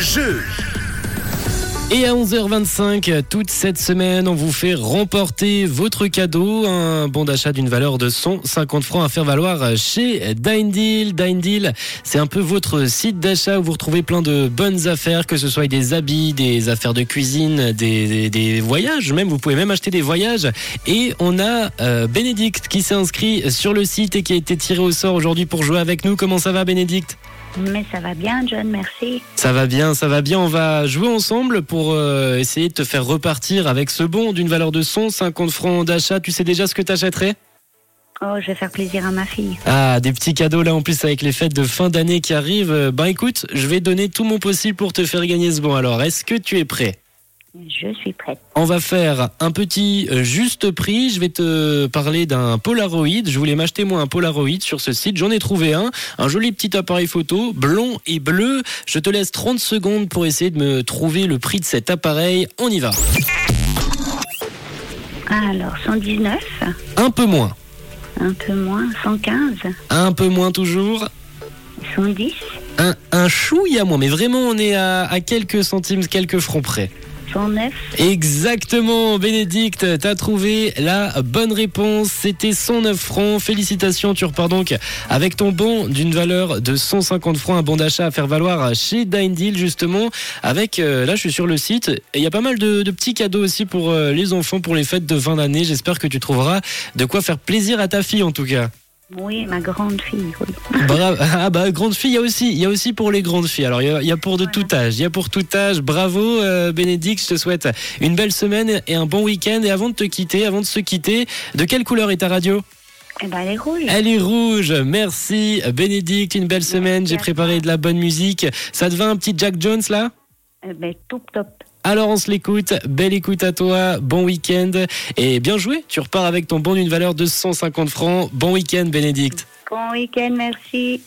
jeu. Et à 11h25, toute cette semaine, on vous fait remporter votre cadeau, un bon d'achat d'une valeur de 150 francs à faire valoir chez Dine Deal. Dine Deal, c'est un peu votre site d'achat où vous retrouvez plein de bonnes affaires, que ce soit des habits, des affaires de cuisine, des, des- des voyages même. Vous pouvez même acheter des voyages. Et on a euh, Bénédicte qui s'est inscrit sur le site et qui a été tiré au sort aujourd'hui pour jouer avec nous. Comment ça va Bénédicte Mais ça va bien, John, merci. Ça va bien, ça va bien. On va jouer ensemble pour euh, essayer de te faire repartir avec ce bon d'une valeur de 150 francs d'achat. Tu sais déjà ce que t'achèterais Oh, je vais faire plaisir à ma fille. Ah, des petits cadeaux là en plus avec les fêtes de fin d'année qui arrivent. Euh, Ben écoute, je vais donner tout mon possible pour te faire gagner ce bon. Alors, est-ce que tu es prêt Je suis prête. on va faire un petit euh, juste prix. Je vais te parler d'un Polaroid. Je voulais m'acheter moi un Polaroid sur ce site. J'en ai trouvé un. Un joli petit appareil photo, blond et bleu. Je te laisse 30 secondes pour essayer de me trouver le prix de cet appareil. On y va. Alors, 119, Un peu moins. un peu moins, 115, Un peu moins toujours. 110, Un, un chouïa moins. Mais vraiment, on est à, à quelques centimes, quelques francs près. 109. Exactement, Bénédicte, t'as trouvé la bonne réponse. C'était 109 francs. Félicitations, tu repars donc avec ton bon d'une valeur de 150 francs, un bon d'achat à faire valoir chez Dine Deal justement. Avec, euh, là, je suis sur le site et il y a pas mal de, de petits cadeaux aussi pour euh, les enfants pour les fêtes de fin d'année. J'espère que tu trouveras de quoi faire plaisir à ta fille en tout cas. Oui, ma grande fille, oui. Bravo. Ah bah grande fille, il y a aussi, il y a aussi pour les grandes filles. Alors il y a- il y, a pour de tout âge, il y a pour tout âge. Bravo euh, Bénédicte, je te souhaite une belle semaine et un bon week-end. Et avant de te quitter, avant de se quitter, de quelle couleur est ta radio Eh ben, elle est rouge. Elle est rouge. Merci Bénédicte, une belle semaine. J'ai à toi. préparé de la bonne musique. Ça te va un petit Jack Jones là Eh ben, top, top. alors on se l'écoute, belle écoute à toi, bon week-end et bien joué, tu repars avec ton bon d'une valeur de 150 francs, bon week-end Bénédicte. Bon week-end, merci.